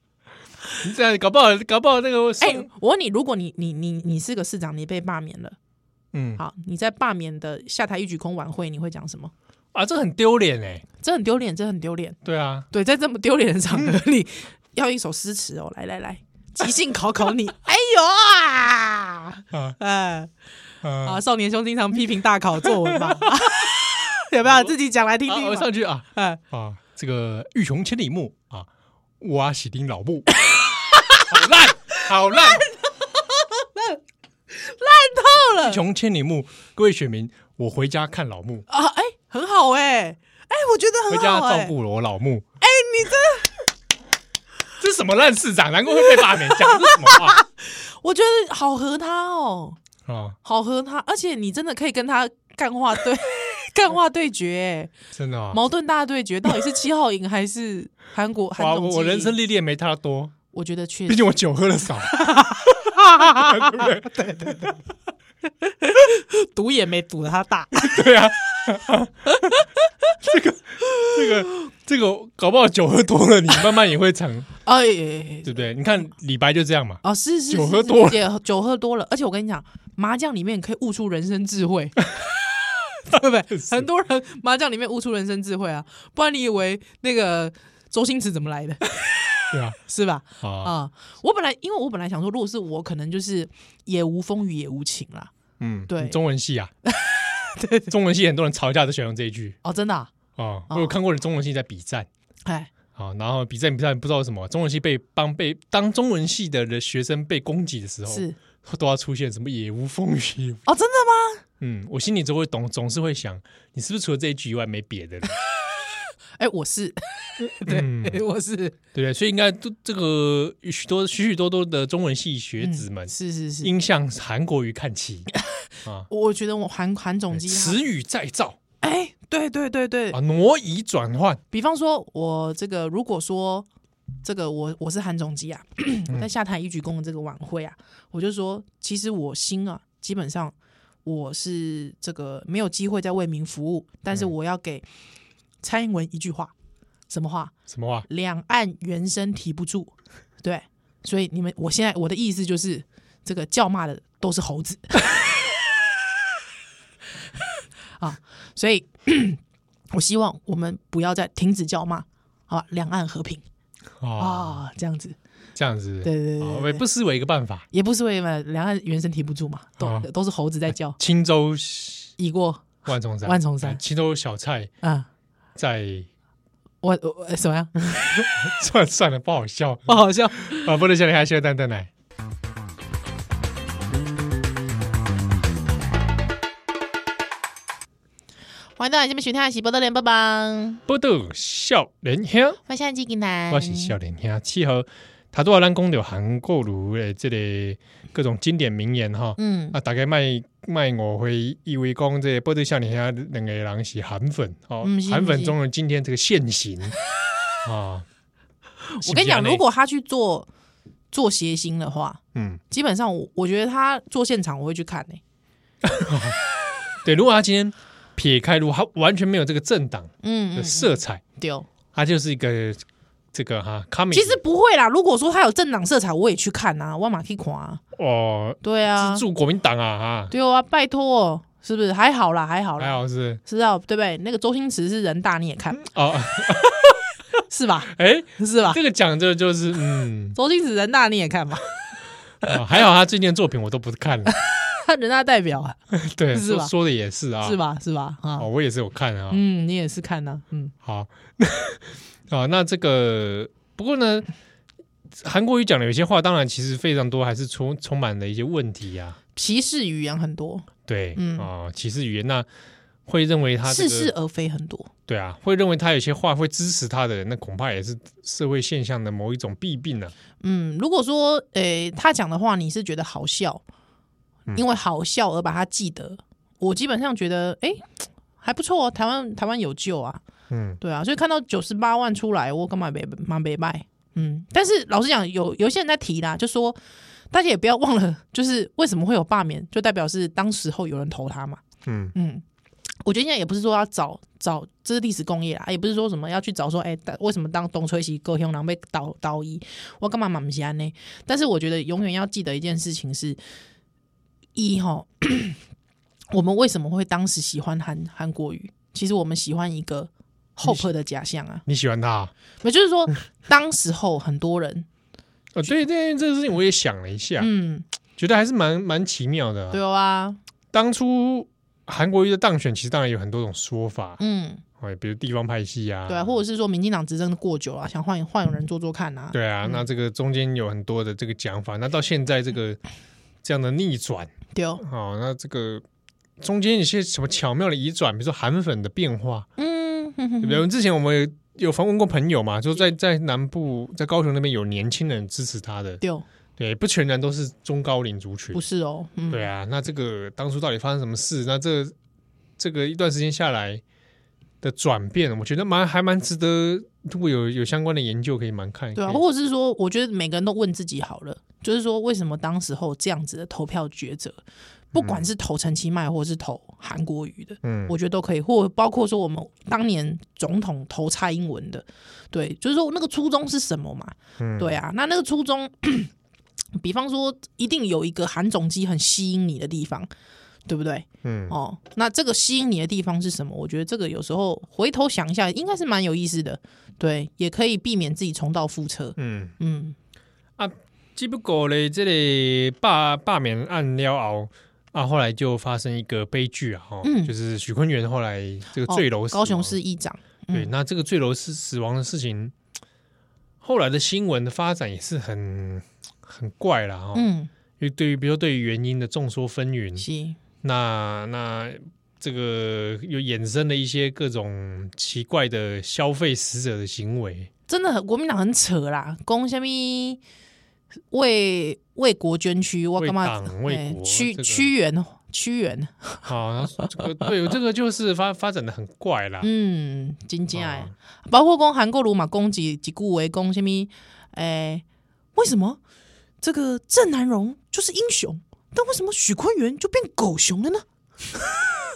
A: 你这样搞不好，搞不好那个
B: 哎、
A: 送
B: 我问你，如果你你你你是个市长，你被罢免了，
A: 嗯
B: 好，你在罢免的下台一举空晚会，你会讲什么？
A: 啊，这很丢脸哎。
B: 这很丢脸，这很丢脸。
A: 对啊，
B: 对，在这么丢脸的场
A: 嗯
B: 合里，要一首诗词哦，来来来，即兴考考你。 哎呦啊！
A: 啊
B: 哎
A: 啊，
B: 啊，少年兄经常批评大考作 文嘛，有没有？自己讲来听
A: 啊
B: 听
A: 我
B: 嘛。
A: 上去啊
B: 哎，
A: 啊，这个欲穷千里目啊，我喜丁老木，好烂，好烂，
B: 烂透了
A: 欲穷千里目，各位选民，我回家看老木，
B: 啊！哎，很好哎。哎，我觉得
A: 回
B: 很
A: 家
B: 好哎、
A: 照顾我老木。哎， 你这这什么烂市长？难怪会被罢免，讲这什么 话
B: 我觉得好合他哦，
A: 啊？
B: 好合他，而且你真的可以跟他干话 对干话对决、
A: 真的啊
B: 哎，矛盾大对决，到底是七号赢还是韩国韩
A: 哇，
B: 总
A: 我
B: 基
A: 我
B: 赢
A: 人生历练没他多，
B: 我觉得确
A: 毕
B: 实
A: 竟我酒喝的少。
B: 赌也没赌的他大。
A: 对啊，这个这个这个，搞不好酒喝多了，你慢慢也会长，
B: 哎哎，
A: 对不对？你看李白就这样嘛，
B: 哦，是是，
A: 酒
B: 是
A: 喝
B: 是
A: 多了
B: 也酒喝多了，而且我跟你讲，麻将里面可以悟出人生智慧， 对不对？
A: 是
B: 很多人麻将里面悟出人生智慧啊，不然你以为那个周星驰怎么来的，
A: 对啊，
B: 是吧？
A: 啊，
B: 啊、我本来因为我本来想说，如果是我，可能就是也无风雨也无晴啦。
A: 嗯，
B: 对
A: 你中文系 啊，中文系很多人吵架都喜欢用这一句
B: 哦，真的、啊，
A: 啊，
B: 哦
A: 我有看过人中文系在比战。
B: 哎，
A: 啊，然后比战比赛不知道什么，中文系被帮被当中文系的人学生被攻击的时候，
B: 是
A: 都要出现什么也无风雨 也无
B: 哦，真的吗？
A: 嗯，我心里就会懂，总是会想，你是不是除了这一句以外没别的了？
B: 哎，我是，
A: 嗯
B: 对， 我是，
A: 对不对？所以应该都这个许多许许多多的中文系学子们，
B: 嗯是是是，
A: 应向韩国瑜看齐啊！
B: 我觉得我韩韩总机，
A: 词语再造
B: 哎，对对对对，
A: 啊，挪移转换，
B: 比方说，我这个如果说这个我我是韩总机啊，我在下台一鞠躬的这个晚会啊，我就说，其实我心啊，基本上我是这个没有机会在为民服务，但是我要给蔡英文一句话，什么话？
A: 什么话？
B: 两岸猿声啼不住，对，所以你们我现在我的意思就是，这个叫骂的都是猴子 啊，所以我希望我们不要再停止叫骂，好吧，两岸和平
A: 啊，
B: 啊，这样子，
A: 这样子，
B: 对对对
A: 啊
B: 对
A: 也不失为一个办法。
B: 也不是为了两岸猿声啼不住嘛，都、
A: 啊
B: 都是猴子在 叫，
A: 青州
B: 已过
A: 万重山，
B: 万重山
A: 啊青州小菜
B: 啊，
A: 在
B: 我我我什么 呀？
A: 算了算了，不好笑
B: 不好笑。
A: 啊！不能笑，你还笑蛋蛋奶。
B: 欢迎到来这边收听的是《波多连帮帮》，
A: 不得笑脸兄，
B: 我是季金南，
A: 我是笑脸兄。契合他都要咱讲到韩国如诶，这类各种经典名言哈。
B: 嗯，
A: 啊，大概卖卖我会以为讲这个波多笑脸兄两个人是韩粉哦
B: 嗯是，
A: 韩
B: 是
A: 粉中的今天这个现形 啊。
B: 我跟
A: 是不是
B: 你讲，
A: 这样呢
B: 如果他去做做谐星的话，
A: 嗯，
B: 基本上我我觉得他做现场我会去看欸呢、
A: 对，如果他今天撇开，如果他完全没有这个政党
B: 嗯
A: 的
B: 嗯，
A: 色彩，
B: 丢。
A: 他就是一个这个哈 c o m
B: 其实不会啦，如果说他有政党色彩，我也去看啊，我马可以看啊。
A: 哦，
B: 对啊
A: 资，助国民党啊
B: 对啊，拜托、哦，是不是？还好啦，还好
A: 啊，
B: 啦，
A: 还好是
B: 知道对不对？那个周星驰是人大，你也 看
A: 哦，
B: 是吧？
A: 哎，
B: 是吧？
A: 这个讲这就是嗯、
B: 周星驰人大你也 看嘛，
A: 啊还好他最近的作品我都不看 了，
B: 他人大代 表啊，
A: 对，
B: 是吧
A: 说说的也是啊，
B: 是？吧？是吧？啊
A: 哦，，我也是有看啊，
B: 嗯，你 也是看呐、嗯
A: 哦好，啊，那这个不过呢，韩国语讲的有些话，当然其实非常多，还是充充满了一些问题呀、
B: 歧视语言很多，
A: 对，
B: 嗯
A: 啊、歧视语言，那会认为他、这个、
B: 似是而非很多。
A: 对啊，会认为他有些话会支持他的人，那恐怕也是社会现象的某一种弊病啊。
B: 嗯，如果说诶、他讲的话你是觉得好笑，因为好笑而把它记得，我基本上觉得诶、还不错哦，台湾台湾有救啊，
A: 嗯，
B: 对啊，所以看到九十八万出来，我干嘛没蛮没卖？嗯，但是老实讲，有有一些人在提啦，就说大家也不要忘了，就是为什么会有罢免，就代表是当时候有人投他嘛。
A: 嗯
B: 嗯，我觉得现在也不是说要找找，这是历史工业啦，也不是说什么要去找说，哎、当为什么当东吹西歌凶，然后被倒倒一，我干嘛满不安呢？但是我觉得永远要记得一件事情是，一哈， 我们为什么会当时喜欢韩韩国语？其实我们喜欢一个 hope 的假象啊，
A: 你喜欢他、啊？
B: 也就是说，当时候很多人，
A: 哦，对对，这个事情我也想了一下，
B: 嗯，
A: 觉得还是蛮蛮奇妙的啊、
B: 对啊，
A: 当初韩国瑜的当选，其实当然有很多种说法，
B: 嗯，
A: 哎，比如地方派系啊，
B: 对啊，或者是说民进党执政过久了、想换换人做做看啊，
A: 对啊，那这个中间有很多的这个讲法，那到现在这 个这样的逆转，
B: 对哦，
A: 哦，那这个中间一些什么巧妙的移转，比如说韩粉的变化，
B: 嗯，哼哼
A: 对不对？我们之前我们有有访问过朋友嘛，就在在南部，在高雄那边有年轻人支持他的，
B: 对哦。
A: 对，不全然都是中高龄族群
B: 不，是哦，嗯，
A: 对
B: 啊，
A: 啊，那这个当初到底发生什么事？那这这个一段时间下来的转变，我觉得蛮还蛮值得，如果有有相关的研究可以蛮看，
B: 对啊，
A: 可以
B: 或者是说，我觉得每个人都问自己好了，就是说，为什么当时候这样子的投票抉择，不管是投陈其迈，或是投韩国瑜的，
A: 嗯
B: 我觉得都可以，或包括说我们当年总统投蔡英文的，对，就是说那个初衷是什么嘛？
A: 嗯
B: 对啊，那那个初衷， 比方说，一定有一个韩总机很吸引你的地方，对不对？
A: 嗯
B: 哦，那这个吸引你的地方是什么？我觉得这个有时候回头想一下，应该是蛮有意思的。对，也可以避免自己重蹈覆辙。
A: 嗯。
B: 嗯，
A: 只不过嘞，这类罢罢免案了后啊，后来就发生一个悲剧啊，哈、
B: 嗯哦
A: 就是许坤元后来这个坠楼死亡、
B: 高雄市议长，
A: 对，那这个坠楼死死亡的事情，后来的新闻的发展也是很很怪啦，哈、
B: 嗯，
A: 因为对于比如说对于原因的众说纷纭，
B: 是，
A: 那那这个又衍生了一些各种奇怪的消费死者的行为，
B: 真的很国民党很扯啦，攻下面为为国捐躯，我
A: 为
B: 干嘛？
A: 党为
B: 哎
A: 国
B: 屈
A: 这个
B: 屈原，哦屈原，
A: 好，然后这个对这个就是发发展的很怪啦，
B: 嗯，真正
A: 啊
B: 诶，包括讲韩国瑜嘛，讲一一句话讲什么，诶、为什么这个郑南荣就是英雄，但为什么许坤元就变狗熊了呢？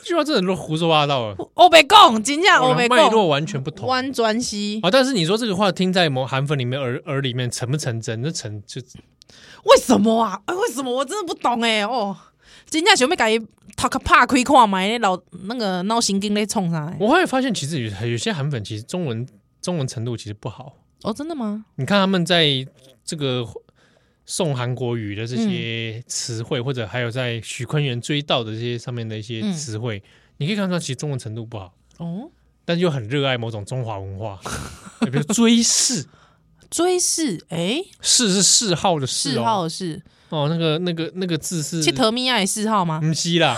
A: 这句话真的都胡说八道了，
B: 我被讲，真正啊我被
A: 脉络
B: 讲，
A: 完全不同
B: 弯转西，
A: 啊！但是你说这个话听在某韩粉里面耳耳里面成不成真？那成就
B: 为什么啊？哎，为什么我真的不懂诶、哦，真正想要给他个拍开看嘛，那老那个脑神经在冲啥的？哎
A: 我后来发现，其实有有些韩粉其实中文中文程度其实不好。
B: 哦，真的吗？
A: 你看他们在这个送韩国语的这些词汇，或者还有在许坤元追悼的这些上面的一些词汇，你可以看到其实中文程度不好，
B: 哦，
A: 但是又很热爱某种中华文 化，比如追谥，
B: 追视，诶、
A: 谥是谥号的谥
B: 嗜
A: 哦，
B: 好是
A: 哦，那个那个那个字是
B: 去啊得米爱嗜好吗？
A: 嗯西 啦，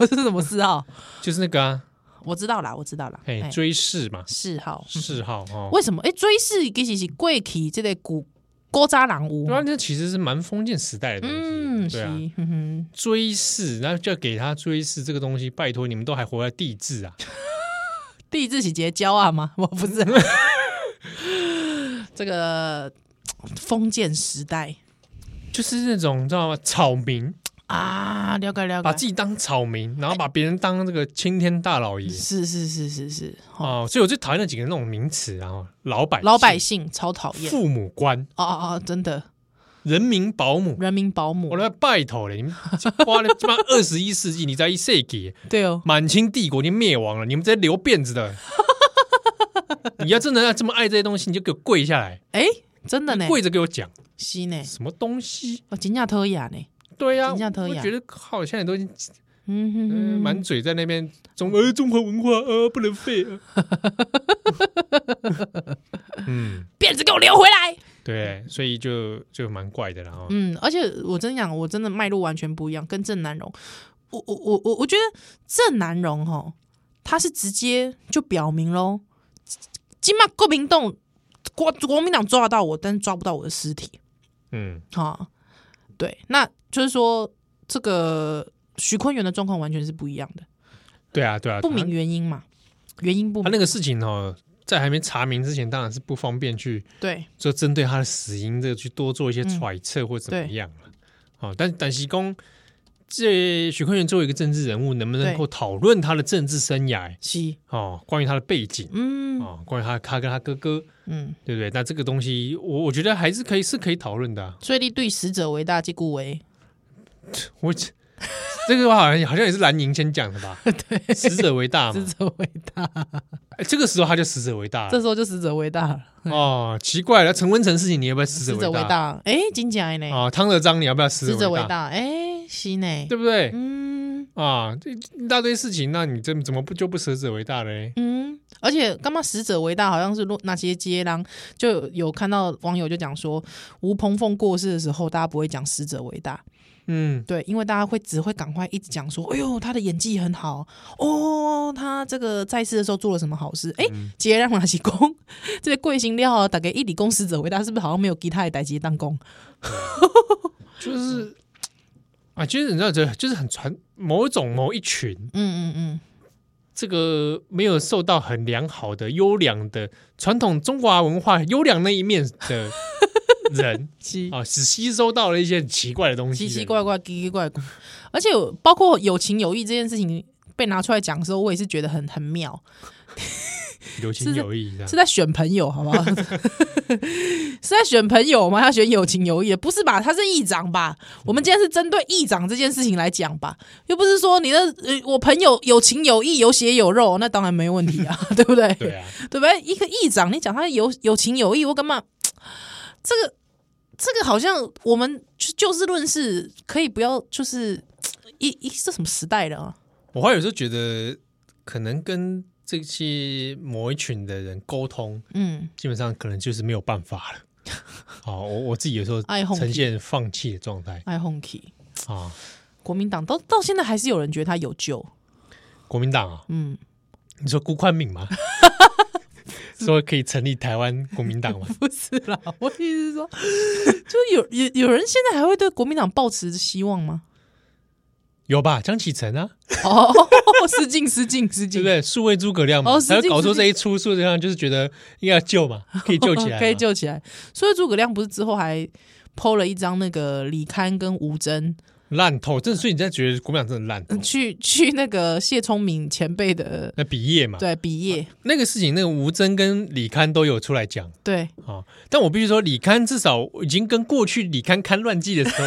B: 是什么嗜好？
A: 就是那个啊。
B: 我知道啦，我知道啦。
A: 哎，
B: 哎
A: 追谥嘛，
B: 嗜好，
A: 谥号哦。
B: 为什么？哎，追谥其实是过去这个古古早人有
A: 对啊，这其实是蛮封建时代的东西。
B: 嗯，是
A: 对啊，，
B: 哼哼，
A: 追谥，然后就要给他追谥这个东西，拜托你们都还活在帝制 啊！
B: 地质是结交啊吗？我 不是，这个封建时代
A: 就是那种你知道吗？草民
B: 啊，了解了
A: 把自
B: 解，
A: 己当草民，然后把别人当这个青天大老爷
B: 是是是是是，哦，
A: 哦。所以我最讨厌那几个那种名词啊，哦老百姓
B: 老百、姓超讨厌，
A: 父母官、
B: 哦哦哦，真的，
A: 人民保姆。
B: 人民保姆
A: 我，来拜托了，你们花了他妈二十一世纪，你在一世纪，
B: 对哦，
A: 满清帝国已经灭亡了，你们这些留辫子 的，你要真的要这么爱这些东西，你就给我跪下来，
B: 哎，真的呢，哎
A: 跪着给我讲
B: 是呢，
A: 什么东西？
B: 我真正讨厌呢，
A: 对呀、
B: 真的讨
A: 我
B: 厌
A: 觉得靠，现在都已经
B: 嗯哼
A: 呃
B: 哼，
A: 满嘴在那边中呃中华文化呃不能废、啊，嗯，
B: 辫子给我留回来，
A: 对，所以就就蛮怪的啦。哦
B: 嗯，而且我真讲，我真的脉络完全不一样，跟郑南荣，我我我我我觉得郑南荣哈，他是直接就表明喽，今嘛国民党国国民党抓得到我，但是抓不到我的尸体
A: 嗯，
B: 啊。对，那就是说这个徐坤元的状况完全是不一样的，
A: 对啊，对啊，
B: 不明原因嘛，原因不
A: 他。他那
B: 明，
A: 个事情哦，在还没查明之前，当然是不方便去
B: 对
A: 就针对他的死因这个去多做一些揣测或怎么样了。哦，但但是公这许坤元作为一个政治人物，能不能够讨论他的政治生涯？
B: 是，
A: 哦，关于他的背景，
B: 嗯
A: 哦，关于他他跟他哥哥，
B: 嗯，
A: 对不对？那这个东西，我我觉得还是可以是可以讨论的啊、
B: 所以你对死者为大，即故为
A: 我这个好像好像也是蓝营先讲的 吧？对，死者为大
B: 死
A: 嘛。
B: 者为大，
A: 哎这个时候他就死者为大
B: 这
A: 了。
B: 时候就死者为大了，
A: 哦，奇怪了，陈文成事情你要不要死
B: 死
A: 者
B: 者为
A: 为大？
B: 大，哎，真假的呢？
A: 啊，汤德章你要不要死
B: 死者
A: 者
B: 为
A: 为大？
B: 大，哎，是呢，
A: 对不对？
B: 嗯
A: 啊，这一大堆事情，那你这怎么不就不死者为大嘞？
B: 嗯，而且刚刚死者为大，好像是若那些街郎就有看到网友就讲说，吴鹏凤过世的时候，大家不会讲死者为大，
A: 嗯，
B: 对，因为大家会只会赶快一直讲说，哎呦，他的演技很好，哦，他这个在世的时候做了什么好事，哎、杰让哪些公， 这个贵姓料啊大概一理公死者为大，是不是好像没有给他的代级当公？
A: 就是啊，其实你知道，这就是很传某一种某一群
B: 嗯嗯嗯，
A: 这个没有受到很良好的、优良的传统中华文化优良那一面 的人
B: 七
A: 啊，只吸收到了一些很奇怪的东西
B: 奇
A: 的，
B: 奇怪怪、奇奇怪怪，而且有包括有情有义这件事情被拿出来讲的时候，我也是觉得很很妙，
A: 有情有义的
B: 是。在选朋友，好不 好？是在选朋友吗？要选有情有义的，不是吧？他是议长吧？我们今天是针对议长这件事情来讲吧，又不是说你的呃，我朋友有情有义、有血有肉，那当然没问题啊， 对不对？
A: 对啊，
B: 对不对？一个议长，你讲他有有情有义，我干嘛？这个这个好像我们就就事论事，可以不要就是一一这什么时代了啊？
A: 我后来有时候觉得，可能跟这些某一群的人沟通，
B: 嗯，
A: 基本上可能就是没有办法 了。好，我我自己有时候
B: 爱哄
A: 呈现放弃的状态
B: 爱红 key，
A: 啊。
B: 国民党到到现在还是有人觉得他有救，
A: 国民党啊，
B: 嗯，
A: 你说辜宽敏 吗？说可以成立台湾国民党吗？
B: 不是啦，我意思是说， 就是有有有人现在还会对国民党抱持希望吗？
A: 有吧，江启臣啊，
B: 哦， 失敬失敬失
A: 对
B: 敬，
A: 不对？数位诸葛亮嘛
B: 哦，
A: 他要
B: 是
A: 搞出
B: 是是
A: 这一出，数位诸葛亮就是觉得应该要救 嘛，可以救起来嘛，
B: 可以救起来。所以诸葛亮不是之后还 PO 了一张那个李刊跟吴征
A: 烂透，真的，所以你在觉得国民党真的烂透
B: 嗯，去去那个谢聪明前辈的
A: 那毕业嘛，
B: 对毕业，
A: 那个事情，那个吴征跟李刊都有出来讲
B: 对
A: 啊，但我必须说，李刊至少已经跟过去李刊刊乱纪的时 候，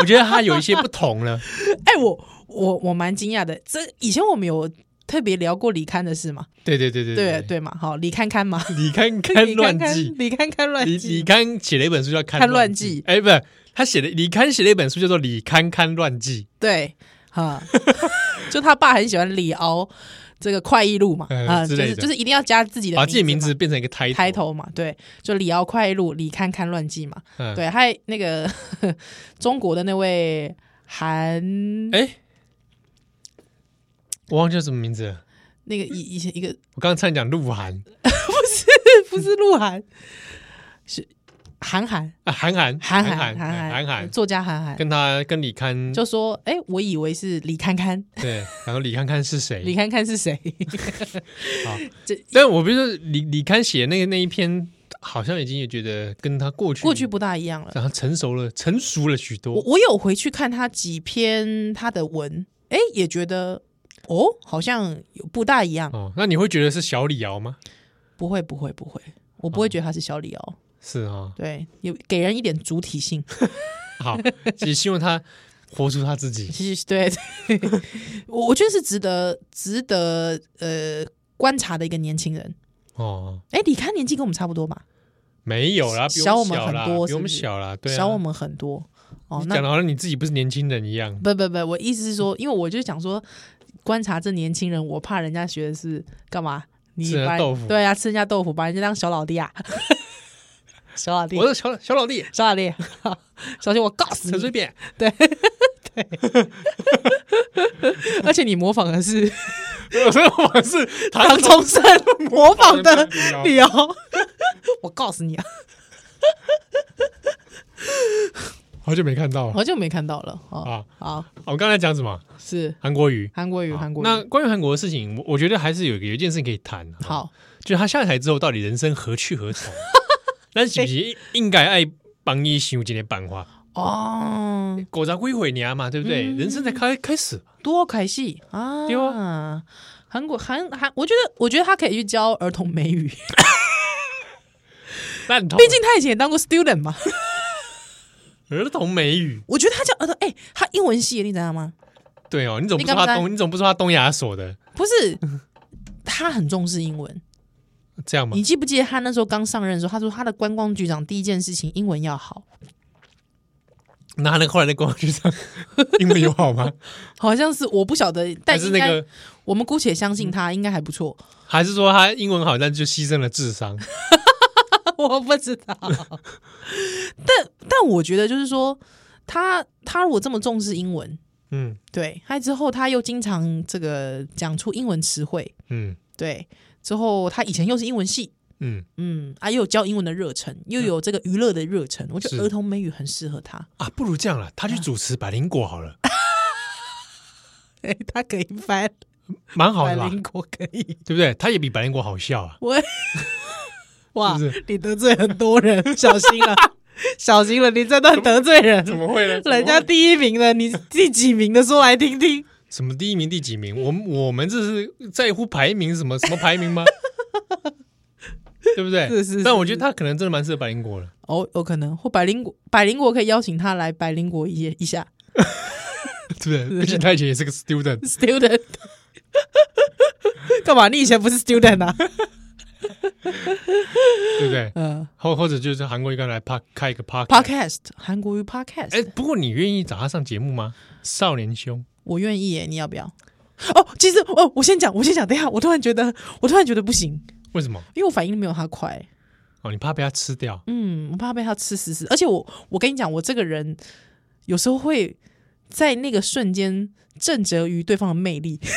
A: 我觉得他有一些不同了。
B: 哎、我我我蛮惊讶的，这以前我们有特别聊过李刊的事嘛？
A: 对对对对
B: 对对嘛，好，李刊刊嘛，
A: 李刊刊乱纪，
B: 李刊刊乱
A: 李李
B: 纪，
A: 刊写了一本书叫《看
B: 看
A: 乱
B: 乱
A: 记
B: 记》，
A: 哎，不是，他写的李刊写了一本书叫做《李刊刊乱记
B: 对哈， 就他爸很喜欢李敖这个快意录嘛，
A: 呃
B: 啊、
A: 之
B: 就
A: 类
B: 是
A: 的
B: 就是一定要加自己》，的
A: 把自己的名
B: 嘛
A: 字变成一个 title，
B: 开头嘛，对，就李敖快意录，李刊刊乱纪嘛，
A: 嗯，
B: 对，还有那个 中国的那位韩
A: 哎，我忘记叫什么名字了。
B: 那个以以前一个
A: 我刚刚差点讲鹿晗
B: 不是鹿晗，是韩寒
A: 啊，韩寒，
B: 韩
A: 韩
B: 寒
A: 寒，哎
B: 韩寒
A: 韩寒，
B: 作家韩寒
A: 跟他跟李刊，
B: 就说：“哎、我以为是李康康，
A: 对，然后李刊刊是谁？
B: 李康康是谁？
A: 但我比如说李李刊写那个那一篇，好像已经也觉得跟他过去
B: 过去，不大一样了。
A: 然后成熟了，成熟了许
B: 我
A: 多。
B: 我有回去看他几篇他的文，哎、也觉得哦，好像有不大一样。
A: 哦，那你会觉得是小李敖吗？
B: 不会，不会，不会，我不会觉得他是小李敖。
A: 是啊，
B: 对，有给人一点主体性。
A: 好， 只希望他活出他自己。
B: 其实对， 我我觉得是值得值得呃观察的一个年轻人。
A: 哦，
B: 哎、李康年纪跟我们差不多吧？
A: 没有啦，比
B: 小
A: 我
B: 我
A: 们
B: 们
A: 小啦，
B: 很多
A: 比我们
B: 是不是
A: 小啦，对啊，
B: 小我们很多哦。
A: 你
B: 那
A: 讲的好像你自己不是年轻人一样。
B: 不不不，我意思是说，因为我就想说，观察这年轻人，我怕人家学的是干嘛？你
A: 吃人家
B: 把
A: 豆腐
B: 对啊，吃人家豆腐，把人家当小老弟啊， 小老弟
A: 我，是小小老弟
B: 小老弟， 小心我告死
A: 陈水
B: 你！
A: 扁，
B: 而且你模仿 的是
A: 我说我是唐
B: 唐崇盛模仿 的理由， 我告诉你啊，
A: 好久没看到了
B: 好久没看到了哦。
A: 啊！
B: 好，
A: 我们刚才讲什么？
B: 是
A: 韩国瑜。
B: 韩国语，韩国语。
A: 那关于韩国的事情，我我觉得还是有一个有一件事情可以谈。啊，
B: 好，
A: 就是他下台之后，到底人生何去何 从？咱是不是应该爱帮伊想今天办法？
B: 哦，
A: 狗杂归回娘嘛，对不
B: 嗯
A: 对？人生才开开始，
B: 多开戏啊！
A: 对哦
B: 韩国韩韩，我觉得我觉得他可以去教儿童美语，毕
A: 烂头。
B: 竟他以前也当过 student 嘛。
A: 儿童美语，
B: 我觉得他教儿童，哎、他英文系，你知道吗？
A: 对哦，你怎么不
B: 你
A: 说
B: 敢不
A: 他
B: 敢
A: 东？你怎么不说他东亚所的？
B: 不是，他很重视英文。
A: 这样吗
B: 你？记不记得他那时候刚上任的时候，他说他的观光局长第一件事情英文要好，
A: 那他那后来在公安局上 英文友好吗？
B: 好像是我不晓得， 但
A: 还是
B: 应
A: 那
B: 该
A: 个，
B: 我们姑且相信他应该还不错。
A: 还是说他英文好，但就牺牲了智 商？
B: 我不知道，
A: 嗯
B: 但 但我觉得就是说，他他如果这么重视英文，
A: 嗯
B: 对，他之后他又经常这个讲出英文词汇，
A: 嗯
B: 对，之后他以前又是英文系，
A: 嗯
B: 嗯，啊，又有教英文的热忱，又有这个娱乐的热忱，我觉
A: 是
B: 得儿童美语很适合他。
A: 啊，不如这样了，他去主持百灵果好
B: 啊
A: 了，
B: 哎、他可以翻
A: 蛮好的吧？
B: 国可以，
A: 对不对？他也比百灵果好笑啊。
B: 我哇
A: 是不是
B: 你得罪很多人，小心 了，小心了，你真的得罪人。
A: 么会呢
B: 人家第一名的，你第几名的说来听听。
A: 什么第一名、第几名？我们我们这是在乎排名什么什么排名 吗？对不对？
B: 是是是
A: 但我觉得他可能真的蛮适合百灵果的。
B: 哦，有可能，或百灵果，百灵果可以邀请他来百灵果一一下
A: 对不对？毕竟他以前也是个 student，
B: ，student。干嘛？你以前不是 student 啊？
A: 对不对？
B: 嗯
A: 或或者就是韩国瑜刚来 park 开一个 park。
B: ，podcast，韩国语 podcast，、
A: 哎，不过你愿意找他上节目吗？少年兄，
B: 我愿意耶，你要不要？哦，其实哦，我先讲，我先讲，等一下，我突然觉得，我突然觉得不行，
A: 为什么？
B: 因为我反应没有他快。
A: 哦，你怕被他吃掉？
B: 嗯，我怕被他吃死死。而且我，我跟你讲，我这个人有时候会在那个瞬间震慑于对方的魅力。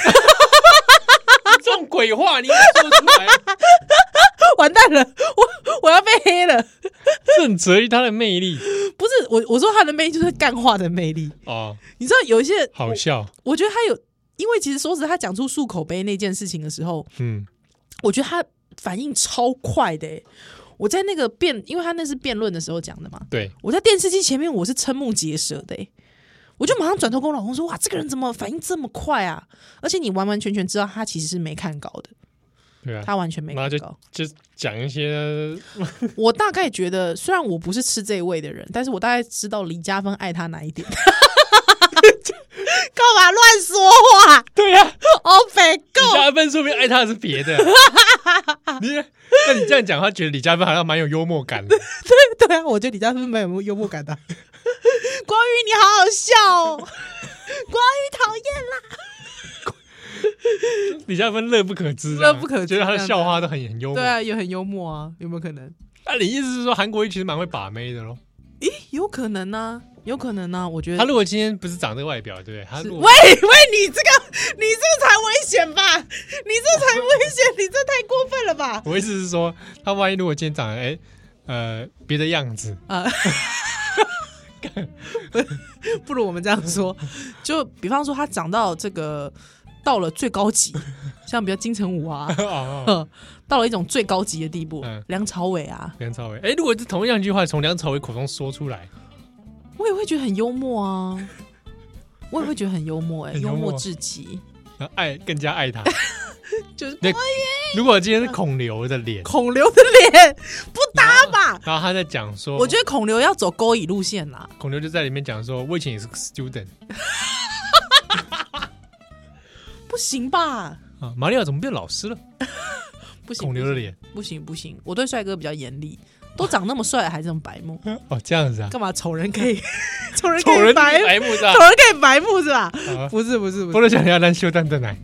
A: 这种鬼话你也说出来， 啊
B: 完蛋了，我我要被黑了。
A: 正则于他的魅力
B: 不是我，我说他的魅力就是干话的魅力。
A: 哦，
B: 你知道有一些，
A: 好笑，
B: 我觉得他有，因为其实说实，他讲出漱口杯那件事情的时候，
A: 嗯，
B: 我觉得他反应超快的、欸。我在那个辩，因为他那是辩论的时候讲的嘛，
A: 对，
B: 我在电视机前面我是瞠目结舌的、欸。我就马上转头跟我老公说：“哇，这个人怎么反应这么快啊？而且你完完全全知道他其实是没看稿的，
A: 对啊，
B: 他完全没
A: 然后
B: 看
A: 就
B: 稿。
A: 就讲一些
B: 我大概觉得，虽然我不是吃这一味的人，但是我大概知道李嘉芬爱他哪 一点。干嘛乱说话
A: 对啊呀、
B: ？Oh my
A: 李
B: god！
A: 嘉芬说不定爱他的是别 的。你，那你这样讲，他觉得李嘉芬好像蛮有幽默感的。
B: 对啊，我觉得李嘉芬蛮有幽默感的。 光宇，你好好笑哦！光 宇讨厌啦。
A: 李嘉芬乐不可支，啊
B: 乐不可支
A: 觉得他的笑话都很很幽默。
B: 对啊，也很幽默啊，有没有可能？
A: 那你意思是说韩国瑜其实蛮会把妹的咯？
B: 咦，有可能啊，有可能啊。我觉得
A: 他如果今天不是长这个外表，对不对？他
B: 是
A: 如
B: 喂
A: 果
B: 喂，你这个你这个才危险吧？你这才危险，你这太过分了吧？
A: 我意思是说，他万一如果今天长得哎呃别的样 子，
B: 啊， 不如我们这样说，就比方说他长到这个到了最高级，像比如金城武 啊，
A: 哦哦，
B: 呃到了一种最高级的地步
A: 嗯，
B: 梁朝伟啊，
A: 梁朝伟，哎，如果是同样一句话从梁朝伟口中说出来，
B: 我也会觉得很幽 默啊，我也会觉得很幽默，哎，
A: 很幽
B: 幽
A: 默
B: 默至极，
A: 然后爱更加爱他。
B: 就是
A: 对，如果今天是孔刘的脸，
B: 孔刘的脸不搭吧？
A: 然后他在讲说，
B: 我觉得孔刘要走勾引路线啦，
A: 孔刘就在里面讲说，我以前也是个 student
B: 不行吧？
A: 啊，马里奥怎么变老师了？
B: 不行，
A: 孔刘的脸
B: 不行不行，我对帅哥比较严厉，都长那么帅了还这么白 目。
A: 哦，这样子啊，
B: 干嘛丑人可以 丑人
A: 丑
B: 可
A: 人
B: 以白
A: 白目是吧
B: 丑？人可以白目是吧？
A: 啊
B: 不是不是不
A: 菠
B: 是，
A: 萝小鸭蛋修蛋的奶，